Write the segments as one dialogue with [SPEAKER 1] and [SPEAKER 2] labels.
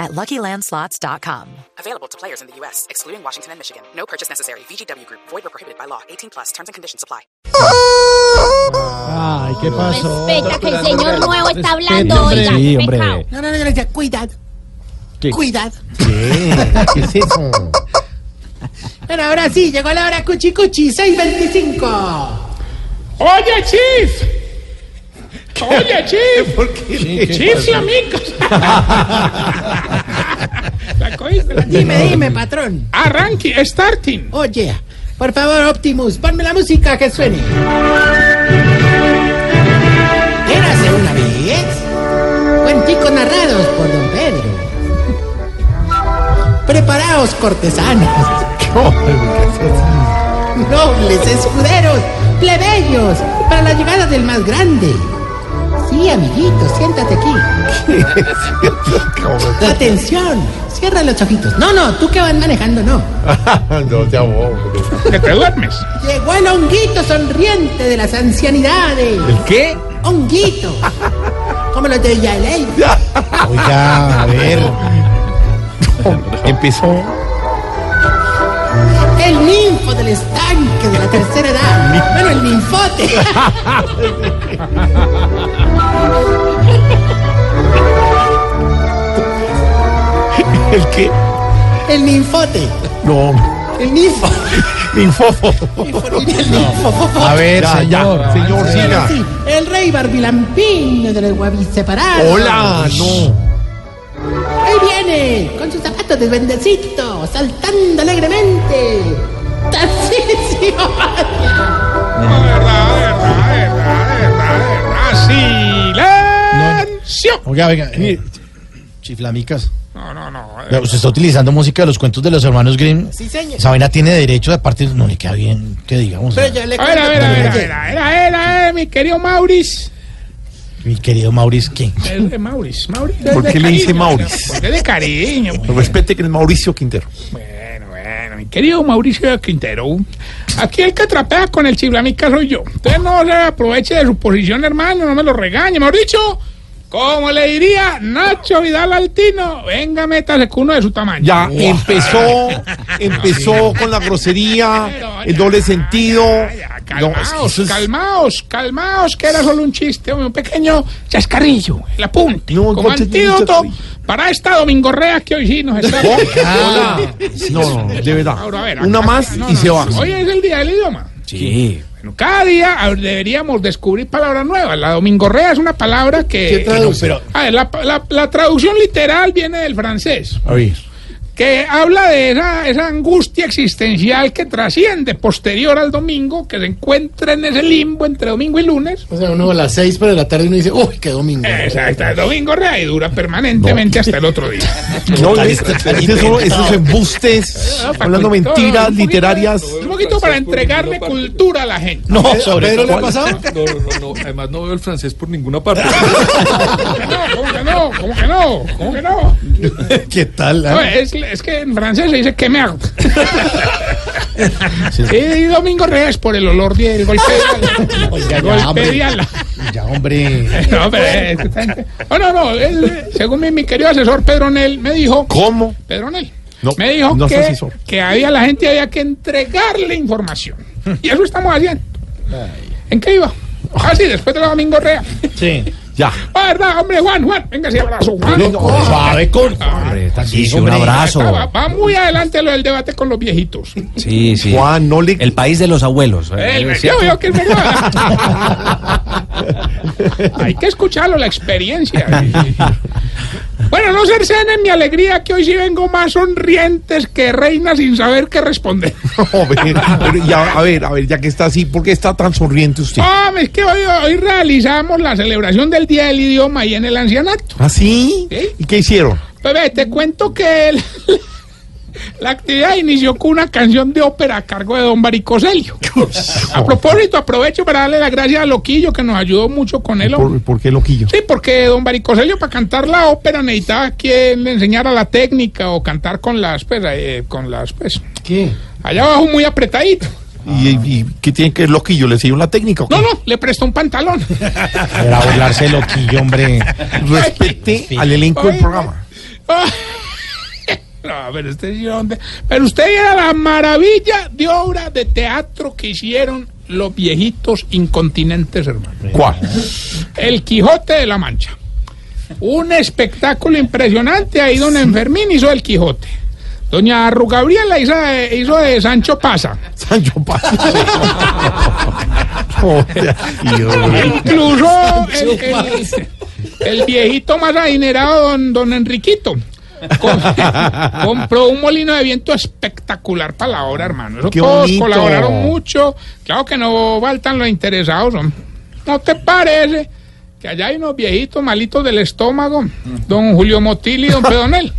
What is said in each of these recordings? [SPEAKER 1] at luckylandslots.com.
[SPEAKER 2] Available to players in the U.S., excluding Washington and Michigan. No purchase necessary. VGW Group, void or prohibited by law. 18 plus terms and conditions apply.
[SPEAKER 3] Ay, ¿qué pasó?
[SPEAKER 4] Respeta que el señor nuevo está hablando,
[SPEAKER 3] hombre.
[SPEAKER 4] oiga,
[SPEAKER 3] Sí,
[SPEAKER 4] pecao.
[SPEAKER 3] hombre.
[SPEAKER 5] No, no, no, le decía, cuidado,
[SPEAKER 3] ¿Qué?
[SPEAKER 5] cuidado.
[SPEAKER 3] ¿Qué? ¿Qué es eso?
[SPEAKER 5] Bueno, ahora sí, llegó la hora cuchi cuchi, 6.25.
[SPEAKER 6] Oye, Chief. Oye, Chief. Chief Flamicos. ¿La cogiste?
[SPEAKER 5] Dime, dime, patrón.
[SPEAKER 6] Arranque, starting.
[SPEAKER 5] Oye, por favor, Optimus, ponme la música que suene. Érase una vez. Cuenticos narrados por don Pedro. Preparaos, cortesanos, nobles, escuderos, plebeyos, para la llegada del más grande. Sí, amiguito, siéntate aquí. Atención, cierra los ojitos. No, no, tú que vas manejando, no.
[SPEAKER 3] Ah, No, ya vos.
[SPEAKER 6] Que te duermes.
[SPEAKER 5] Llegó el honguito sonriente de las ancianidades.
[SPEAKER 3] ¿Qué?
[SPEAKER 5] Honguito. Como los de Yaley.
[SPEAKER 3] Oiga, a ver. Empezó.
[SPEAKER 5] El ninfo del estanque de la tercera edad. Bueno, el ninfote.
[SPEAKER 3] ¿El qué?
[SPEAKER 5] El ninfote.
[SPEAKER 3] No.
[SPEAKER 5] El ninfo.
[SPEAKER 3] Infofo.
[SPEAKER 5] El ninfo.
[SPEAKER 3] A ver, señor.
[SPEAKER 7] Ah,
[SPEAKER 3] Señor,
[SPEAKER 5] Ahora
[SPEAKER 3] siga.
[SPEAKER 5] sí, el rey barbilampín de los guavis separados.
[SPEAKER 3] Hola, no.
[SPEAKER 5] Ahí viene, con sus zapatos de bendecito, saltando alegremente. ¡Tarcisio!
[SPEAKER 6] Ah, verdad, verdad, verdad, verdad, verdad. Silencio.
[SPEAKER 7] Oiga, oiga, eh, chiflamicas.
[SPEAKER 6] No, no, no. eh,
[SPEAKER 7] Vea, Usted está utilizando música de los cuentos de los hermanos Grimm.
[SPEAKER 5] Sí, señor.
[SPEAKER 7] Esa vaina tiene derecho, aparte no le queda bien, que digamos. eh,
[SPEAKER 5] Pero yo le
[SPEAKER 6] A ver, a ver, a ver, a
[SPEAKER 5] cuento-
[SPEAKER 6] ver, a ver, a ver, a ver, mi querido Maurice.
[SPEAKER 7] Mi querido Mauricio, ¿qué?
[SPEAKER 6] El de Maurice, Maurice.
[SPEAKER 3] ¿Por
[SPEAKER 6] desde
[SPEAKER 3] qué le dice
[SPEAKER 6] cariño,
[SPEAKER 3] Maurice?
[SPEAKER 6] porque es de cariño. pues.
[SPEAKER 3] Respete que es Mauricio Quintero.
[SPEAKER 6] Bueno, bueno, mi querido Mauricio Quintero, aquí el que trapea con el chiflamica soy yo. Usted no se aproveche de su posición, hermano, no me lo regañe. Mauricio, como le diría Nacho Vidal Altino, venga, métase con uno de su tamaño.
[SPEAKER 3] Ya empezó, empezó con la grosería, el doble sentido.
[SPEAKER 6] Ya,
[SPEAKER 3] No, es que
[SPEAKER 6] Calmaos,
[SPEAKER 3] eso es-
[SPEAKER 6] calmaos, calmaos, que era solo un chiste, hombre, un pequeño chascarrillo, el apunte,
[SPEAKER 3] No,
[SPEAKER 6] como
[SPEAKER 3] encontré-
[SPEAKER 6] antídoto para esta domingorrea que hoy sí nos está...
[SPEAKER 3] Oh, hola. No, no,
[SPEAKER 6] Ahora, a
[SPEAKER 3] de
[SPEAKER 6] ver,
[SPEAKER 3] verdad.
[SPEAKER 6] acá-
[SPEAKER 3] Una más
[SPEAKER 6] no,
[SPEAKER 3] y
[SPEAKER 6] no,
[SPEAKER 3] se va.
[SPEAKER 6] Hoy es el día del idioma.
[SPEAKER 3] Sí.
[SPEAKER 6] Bueno, cada día ah, deberíamos descubrir palabras nuevas. La domingorrea es una palabra
[SPEAKER 7] ¿Qué
[SPEAKER 6] que...
[SPEAKER 7] traduce? Pero-
[SPEAKER 6] A ver, la, la- la traducción literal viene del francés,
[SPEAKER 3] A ver.
[SPEAKER 6] que habla de esa, esa angustia existencial que trasciende posterior al domingo, que se encuentra en ese limbo entre domingo y lunes.
[SPEAKER 7] O sea, uno a las seis, pero de la tarde uno dice, uy, qué domingo.
[SPEAKER 6] Exacto, el domingo y dura permanentemente hasta el otro día.
[SPEAKER 3] No, es- es de eso- esos embustes,
[SPEAKER 6] Ah, Paco,
[SPEAKER 3] hablando
[SPEAKER 6] todo,
[SPEAKER 3] mentiras
[SPEAKER 6] un poquito-
[SPEAKER 3] literarias.
[SPEAKER 6] Un poquito para entregarle cultura a la gente.
[SPEAKER 3] No, sobre
[SPEAKER 7] Pedro le ha
[SPEAKER 3] todo.
[SPEAKER 7] pasado?
[SPEAKER 8] No, no, no, no, además no veo el francés por ninguna parte.
[SPEAKER 6] No, ¿cómo que no? ¿Cómo que no? ¿Cómo que no?
[SPEAKER 7] ¿Qué tal? ah?
[SPEAKER 6] No, es, es que en francés se dice que me hago. Y Domingo Reyes por el olor del golpe de ala.
[SPEAKER 7] Oiga,
[SPEAKER 6] El
[SPEAKER 7] ya,
[SPEAKER 6] golpe de
[SPEAKER 7] hombre.
[SPEAKER 6] ala.
[SPEAKER 7] Ya, hombre.
[SPEAKER 6] No, pero eh, es que esta gente- no, no, no, él, según mi, mi querido asesor Pedro Nel, me dijo.
[SPEAKER 3] ¿Cómo?
[SPEAKER 6] Pedro Nel.
[SPEAKER 3] No,
[SPEAKER 6] me dijo
[SPEAKER 3] no es
[SPEAKER 6] que,
[SPEAKER 3] asesor.
[SPEAKER 6] que había la gente había que entregarle información. Y eso estamos haciendo. ¿En qué iba? Ah, sí, después de la Domingo Rea.
[SPEAKER 7] Sí.
[SPEAKER 3] Ya.
[SPEAKER 6] Ah, verdad, hombre, Juan, Juan, venga, sí, abrazo, Juan.
[SPEAKER 7] Suave con. Sí, un abrazo.
[SPEAKER 6] Va, va muy adelante lo del debate con los viejitos.
[SPEAKER 9] Sí, sí.
[SPEAKER 3] Juan, no le.
[SPEAKER 9] El país de los abuelos. eh,
[SPEAKER 6] El-
[SPEAKER 9] es
[SPEAKER 6] yo
[SPEAKER 9] cierto.
[SPEAKER 6] veo que es verdad. Hay que escucharlo, la experiencia. Bueno, no cercenen mi alegría que hoy sí vengo más sonrientes que reina sin saber qué responder.
[SPEAKER 3] No, pero ya, a ver, a ver, ya que está así, ¿por qué está tan sonriente usted?
[SPEAKER 6] Ah, es que hoy, hoy realizamos la celebración del Día del Idioma y en el ancianato. Pues
[SPEAKER 3] ¿Ah, sí?
[SPEAKER 6] ¿Sí?
[SPEAKER 3] ¿Y qué hicieron?
[SPEAKER 6] Bebé, te cuento que el- La actividad inició con una canción de ópera a cargo de don Baricoselio.
[SPEAKER 3] Oh.
[SPEAKER 6] A propósito, aprovecho para darle las gracias a Loquillo, que nos ayudó mucho con él. hombre.
[SPEAKER 3] ¿Por, por qué loquillo?
[SPEAKER 6] Sí, porque don Baricoselio para cantar la ópera necesitaba quien le enseñara la técnica o cantar con las, pues, eh, con las, pues,
[SPEAKER 7] ¿Qué?
[SPEAKER 6] allá abajo muy apretadito.
[SPEAKER 3] ¿Y, y qué tiene que ver loquillo? ¿Le sigue una técnica? o qué?
[SPEAKER 6] No, no, le prestó un pantalón.
[SPEAKER 7] Era burlarse loquillo, hombre.
[SPEAKER 3] Respete al elenco del programa.
[SPEAKER 6] Ah. No, pero usted sí, ¿dónde? Pero usted era la maravilla de obra de teatro que hicieron los viejitos incontinentes, hermano.
[SPEAKER 3] ¿Cuál?
[SPEAKER 6] El Quijote de la Mancha. Un espectáculo impresionante. Ahí don Enfermín hizo el Quijote. Doña Ru Gabriela hizo de, hizo de Sancho Pasa.
[SPEAKER 3] Sancho Panza. Joder, tío, hombre.
[SPEAKER 6] Incluso el, el- el viejito más adinerado, don, don Enriquito. com- compró un molino de viento espectacular para la obra, hermano. Eso
[SPEAKER 3] Qué
[SPEAKER 6] todos
[SPEAKER 3] bonito.
[SPEAKER 6] colaboraron mucho. Claro que no faltan los interesados. hom. ¿No te parece que allá hay unos viejitos malitos del estómago? Don Julio Motil y don Pedonel.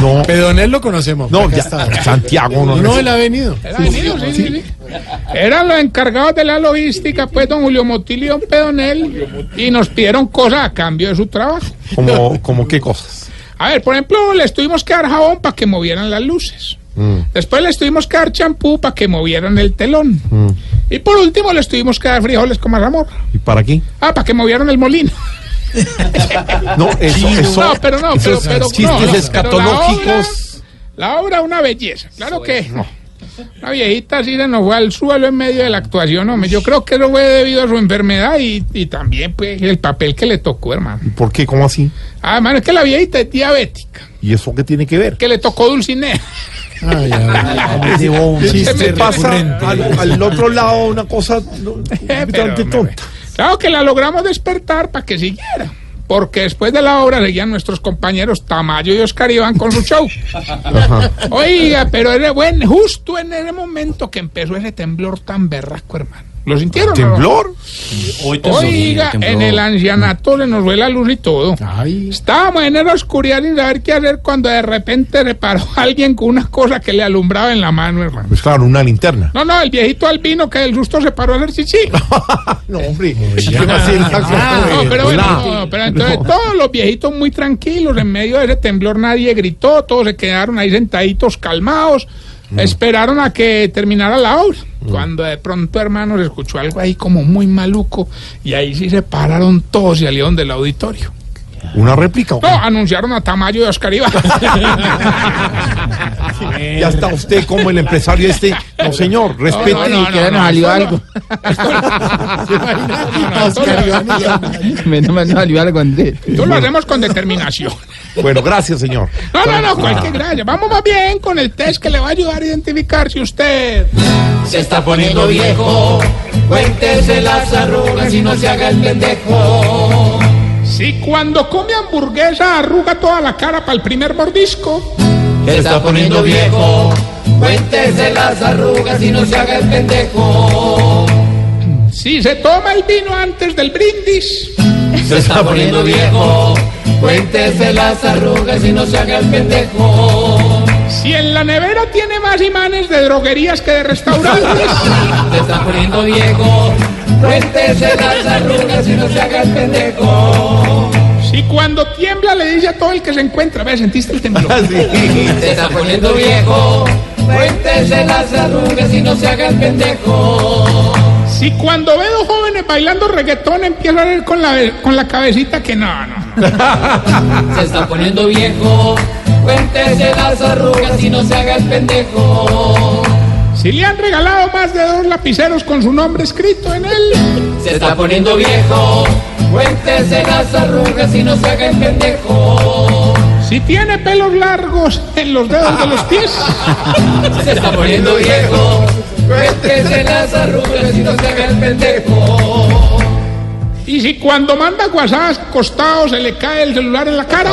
[SPEAKER 3] No,
[SPEAKER 7] Pedonel lo conocemos.
[SPEAKER 3] no,
[SPEAKER 7] Acá
[SPEAKER 3] ya,
[SPEAKER 7] está.
[SPEAKER 3] Santiago no.
[SPEAKER 7] No, él ha venido.
[SPEAKER 6] Eran ellos, sí, sí, sí. Eran los encargados de la logística, pues don Julio Motil y don Pedonel, y nos pidieron cosas a cambio de su trabajo.
[SPEAKER 3] Como, como qué cosas.
[SPEAKER 6] A ver, por ejemplo, les tuvimos que dar jabón para que movieran las luces.
[SPEAKER 3] Mm.
[SPEAKER 6] Después les tuvimos que dar champú para que movieran el telón. Y por último les tuvimos que dar frijoles con mazamorra.
[SPEAKER 3] Mm. ¿Y para qué?
[SPEAKER 6] Ah, para que movieran el molino.
[SPEAKER 3] No, eso, eso,
[SPEAKER 6] no, pero no, pero,
[SPEAKER 3] esos
[SPEAKER 6] pero no,
[SPEAKER 3] chistes
[SPEAKER 6] no, pero
[SPEAKER 3] escatológicos.
[SPEAKER 6] La obra, la obra, una belleza. Claro que no. Una viejita así se nos fue al suelo en medio de la actuación. hombre. Yo creo que eso fue debido a su enfermedad y, y también pues, el papel que le tocó, hermano.
[SPEAKER 3] ¿Por qué? ¿Cómo así?
[SPEAKER 6] Ah, hermano, es que la viejita es diabética,
[SPEAKER 3] ¿Y eso qué tiene que ver?
[SPEAKER 6] que le tocó Dulcinea.
[SPEAKER 7] Ay, ay, ay.
[SPEAKER 3] Se
[SPEAKER 7] Chiste
[SPEAKER 3] pasa
[SPEAKER 7] recurrente.
[SPEAKER 3] al, al otro lado una cosa no,
[SPEAKER 6] Eh, pero,
[SPEAKER 3] bastante
[SPEAKER 6] me-
[SPEAKER 3] tonta.
[SPEAKER 6] Claro que la logramos despertar para que siguiera. Porque después de la obra seguían nuestros compañeros Tamayo y Oscar Iván con su show. Oiga, pero era buen, justo en ese momento que empezó ese temblor tan berraco, hermano. ¿Lo sintieron? no?
[SPEAKER 3] ¿Temblor?
[SPEAKER 6] Oiga,
[SPEAKER 10] Sí, tembló.
[SPEAKER 6] en el ancianato se nos fue la luz y todo.
[SPEAKER 7] Ay.
[SPEAKER 6] Estábamos en la oscuridad sin saber qué hacer cuando de repente reparó alguien con una cosa que le alumbraba en la mano, hermano.
[SPEAKER 3] Pues claro, una linterna.
[SPEAKER 6] No, no, el viejito albino que del susto se paró a hacer chichi.
[SPEAKER 3] No, hombre. yo no hacía nada.
[SPEAKER 6] No, pero bueno,
[SPEAKER 3] Hola.
[SPEAKER 6] no, pero entonces todos los viejitos muy tranquilos, en medio de ese temblor nadie gritó, todos se quedaron ahí sentaditos, calmados, esperaron a que terminara la obra. Cuando de pronto, hermano, se escuchó algo ahí como muy maluco, y ahí sí se pararon todos y salieron del auditorio.
[SPEAKER 3] ¿Una réplica? o qué?
[SPEAKER 6] No, anunciaron a Tamayo y a Oscar Iván.
[SPEAKER 3] Ya está usted como el empresario este. No, señor, respete.
[SPEAKER 6] No, no, no, no, no,
[SPEAKER 8] salió
[SPEAKER 6] solo-
[SPEAKER 8] algo.
[SPEAKER 6] Oscar
[SPEAKER 8] Menos mal no salió algo, Andrés.
[SPEAKER 6] Tú lo hacemos con determinación.
[SPEAKER 3] Bueno, gracias, señor.
[SPEAKER 6] No, no,
[SPEAKER 3] Ah.
[SPEAKER 6] no, cualquier gracia. Vamos más bien con el test que le va a ayudar a identificar si usted.
[SPEAKER 8] Se está poniendo viejo. Cuéntese las arrugas y no se haga el pendejo.
[SPEAKER 6] Si cuando come hamburguesa arruga toda la cara para el primer mordisco.
[SPEAKER 8] Se está poniendo viejo. Cuéntese las arrugas y no se haga el pendejo.
[SPEAKER 6] Si se toma el vino antes del brindis.
[SPEAKER 8] Se está poniendo viejo. Cuéntese las arrugas y no se haga el pendejo.
[SPEAKER 6] Si en la nevera tiene más imanes de droguerías que de restaurantes.
[SPEAKER 8] Se está poniendo viejo. Cuéntese las arrugas y no se haga el pendejo.
[SPEAKER 6] si cuando tiembla le dice a todo el que se encuentra. Ve, sentiste el temblor.
[SPEAKER 8] Se está poniendo viejo. Cuéntese las arrugas y no se haga el pendejo.
[SPEAKER 6] si cuando ve dos jóvenes bailando reggaetón empieza a ver con la, con la cabecita que no, no. no.
[SPEAKER 8] Se está poniendo viejo. Cuéntese las arrugas y no se haga el pendejo.
[SPEAKER 6] Si le han regalado más de dos lapiceros con su nombre escrito en él.
[SPEAKER 8] Se está poniendo viejo. Cuéntese las arrugas y no se haga el pendejo.
[SPEAKER 6] Si tiene pelos largos en los dedos de los pies.
[SPEAKER 8] Se está poniendo viejo. Cuéntese las arrugas y no se haga el pendejo.
[SPEAKER 6] Y si cuando manda guasadas costado se le cae el celular en la cara.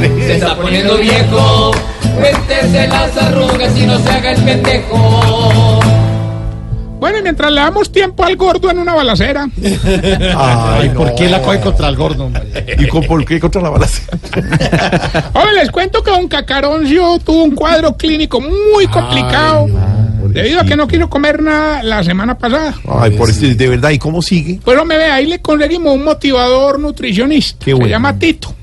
[SPEAKER 8] Se está poniendo viejo. Cuéntese las arrugas y no se haga el pendejo.
[SPEAKER 6] Bueno, mientras le damos tiempo al gordo en una balacera.
[SPEAKER 7] Ay, ¿por qué la coge contra el gordo, hombre?
[SPEAKER 3] ah, ¿Y con, por qué contra la balacera?
[SPEAKER 6] Oye, les cuento que don Cacaroncio tuvo un cuadro clínico muy complicado debido a que no quiso comer nada la semana pasada.
[SPEAKER 3] Ay, por este- de verdad, ¿y cómo sigue?
[SPEAKER 6] Pero me ve, ahí le conseguimos un motivador nutricionista.
[SPEAKER 3] Qué bueno.
[SPEAKER 6] Se llama Tito.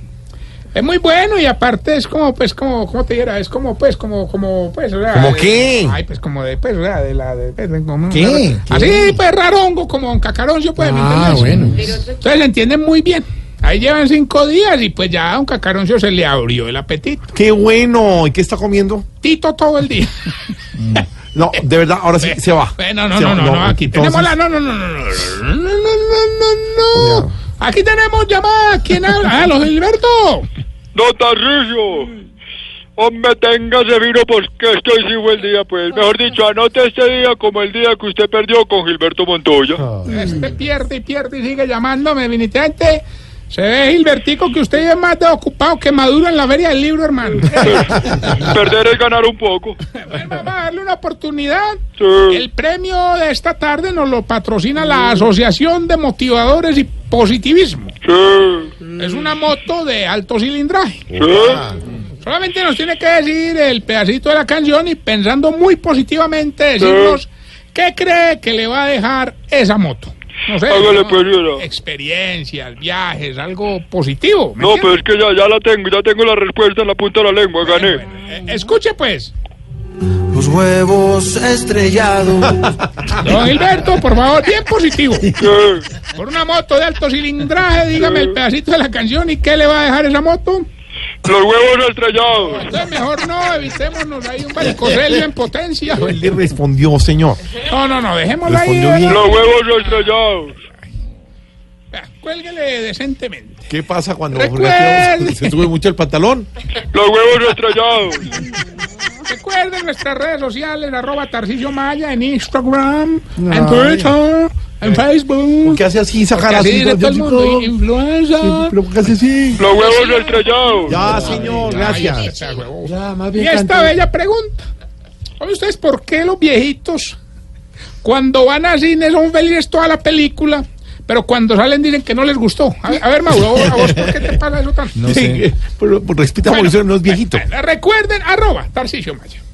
[SPEAKER 6] Es muy bueno y aparte es como, pues, como, ¿cómo te dijera? Es como, pues, como, como, pues, o sea,
[SPEAKER 3] ¿Cómo
[SPEAKER 6] de-
[SPEAKER 3] qué?
[SPEAKER 6] Ay, pues, como de, pues, o sea, de la, de, pues, de- como-
[SPEAKER 7] ¿Qué?
[SPEAKER 6] Así, pues, rarongo, como don Cacaroncio, pues, ¿me
[SPEAKER 7] Ah,
[SPEAKER 6] entendés?
[SPEAKER 7] bueno.
[SPEAKER 6] Entonces le entienden muy bien. Ahí llevan cinco días y pues ya a don Cacaroncio se le abrió el apetito.
[SPEAKER 3] ¡Qué bueno! ¿Y qué está comiendo?
[SPEAKER 6] Tito todo el día.
[SPEAKER 3] No, de verdad, ahora sí se va.
[SPEAKER 6] Bueno, no,
[SPEAKER 3] Se
[SPEAKER 6] no,
[SPEAKER 3] va.
[SPEAKER 6] no, no, aquí
[SPEAKER 3] entonces-
[SPEAKER 6] tenemos la. No, no, no, no, no, no, no, no, no, no, no. Aquí tenemos llamada. ¿Quién habla? Ah, los Gilberto.
[SPEAKER 8] Don Tarricio, hombre, téngase vino porque estoy sin el día, pues. Mejor dicho, anote este día como el día que usted perdió con Gilberto Montoya.
[SPEAKER 6] Este pierde y pierde y sigue llamándome, vinitante. Se ve, Gilbertico, que usted es más de ocupado que Maduro en la feria del libro, hermano.
[SPEAKER 8] Perder es ganar un poco.
[SPEAKER 6] Bueno, vamos a darle una oportunidad.
[SPEAKER 8] Sí.
[SPEAKER 6] El premio de esta tarde nos lo patrocina la Asociación de Motivadores y Positivismo.
[SPEAKER 8] Sí,
[SPEAKER 6] Es una moto de alto cilindraje.
[SPEAKER 8] sí.
[SPEAKER 6] Solamente nos tiene que decir el pedacito de la canción y pensando muy positivamente decirnos qué cree que le va a dejar esa moto. No sé,
[SPEAKER 8] Hágale,
[SPEAKER 6] ¿no?
[SPEAKER 8] pues, señora.
[SPEAKER 6] experiencias, viajes, algo positivo. ¿me
[SPEAKER 8] No, pues,
[SPEAKER 6] entiende?
[SPEAKER 8] pero es que ya, ya la tengo, ya tengo la respuesta en la punta de la lengua, gané.
[SPEAKER 6] Bueno, eh, escuche pues.
[SPEAKER 11] Los huevos estrellados.
[SPEAKER 6] Don Gilberto, por favor, bien positivo.
[SPEAKER 8] Sí.
[SPEAKER 6] Por una moto de alto cilindraje, dígame el pedacito de la canción y qué le va a dejar esa moto.
[SPEAKER 8] Los huevos estrellados.
[SPEAKER 6] Entonces mejor no, evitémonos ahí un baricocelio en potencia.
[SPEAKER 3] No, Él le respondió, señor.
[SPEAKER 6] No, no, no, dejémoslo ahí.
[SPEAKER 3] Respondió bien.
[SPEAKER 6] ¿verdad?
[SPEAKER 8] Los huevos estrellados.
[SPEAKER 6] Vea, Cuélguele decentemente.
[SPEAKER 3] ¿Qué pasa cuando
[SPEAKER 6] Recuerde.
[SPEAKER 3] se sube mucho el pantalón?
[SPEAKER 8] Los huevos estrellados.
[SPEAKER 6] Recuerden nuestras redes sociales, arroba Tarcillo Maya en Instagram, en Twitter,
[SPEAKER 3] Eh.
[SPEAKER 6] en Facebook.
[SPEAKER 3] ¿Qué hace así? Sacar
[SPEAKER 6] Porque así
[SPEAKER 3] así.
[SPEAKER 6] dice todo el
[SPEAKER 3] yo-
[SPEAKER 6] mundo,
[SPEAKER 3] yo-
[SPEAKER 6] influencer.
[SPEAKER 3] ¿Pero por qué hace así?
[SPEAKER 8] Los huevos estrellados.
[SPEAKER 3] Ya, señor,
[SPEAKER 6] Ay,
[SPEAKER 3] gracias.
[SPEAKER 6] esta huevo.
[SPEAKER 7] Ya, más
[SPEAKER 6] Y este
[SPEAKER 7] bien
[SPEAKER 6] esta
[SPEAKER 7] canta-
[SPEAKER 6] bella pregunta. Oye, ustedes, ¿por qué los viejitos cuando van a cine son felices toda la película, pero cuando salen dicen que no les gustó? A ver, a ver, Mauro, a vos, ¿por qué te pasa eso tan?
[SPEAKER 3] No sé. Pero, pero respeta,
[SPEAKER 6] Bueno,
[SPEAKER 3] Mauricio, no es viejito.
[SPEAKER 6] Recuerden, arroba Tarcisio Maya.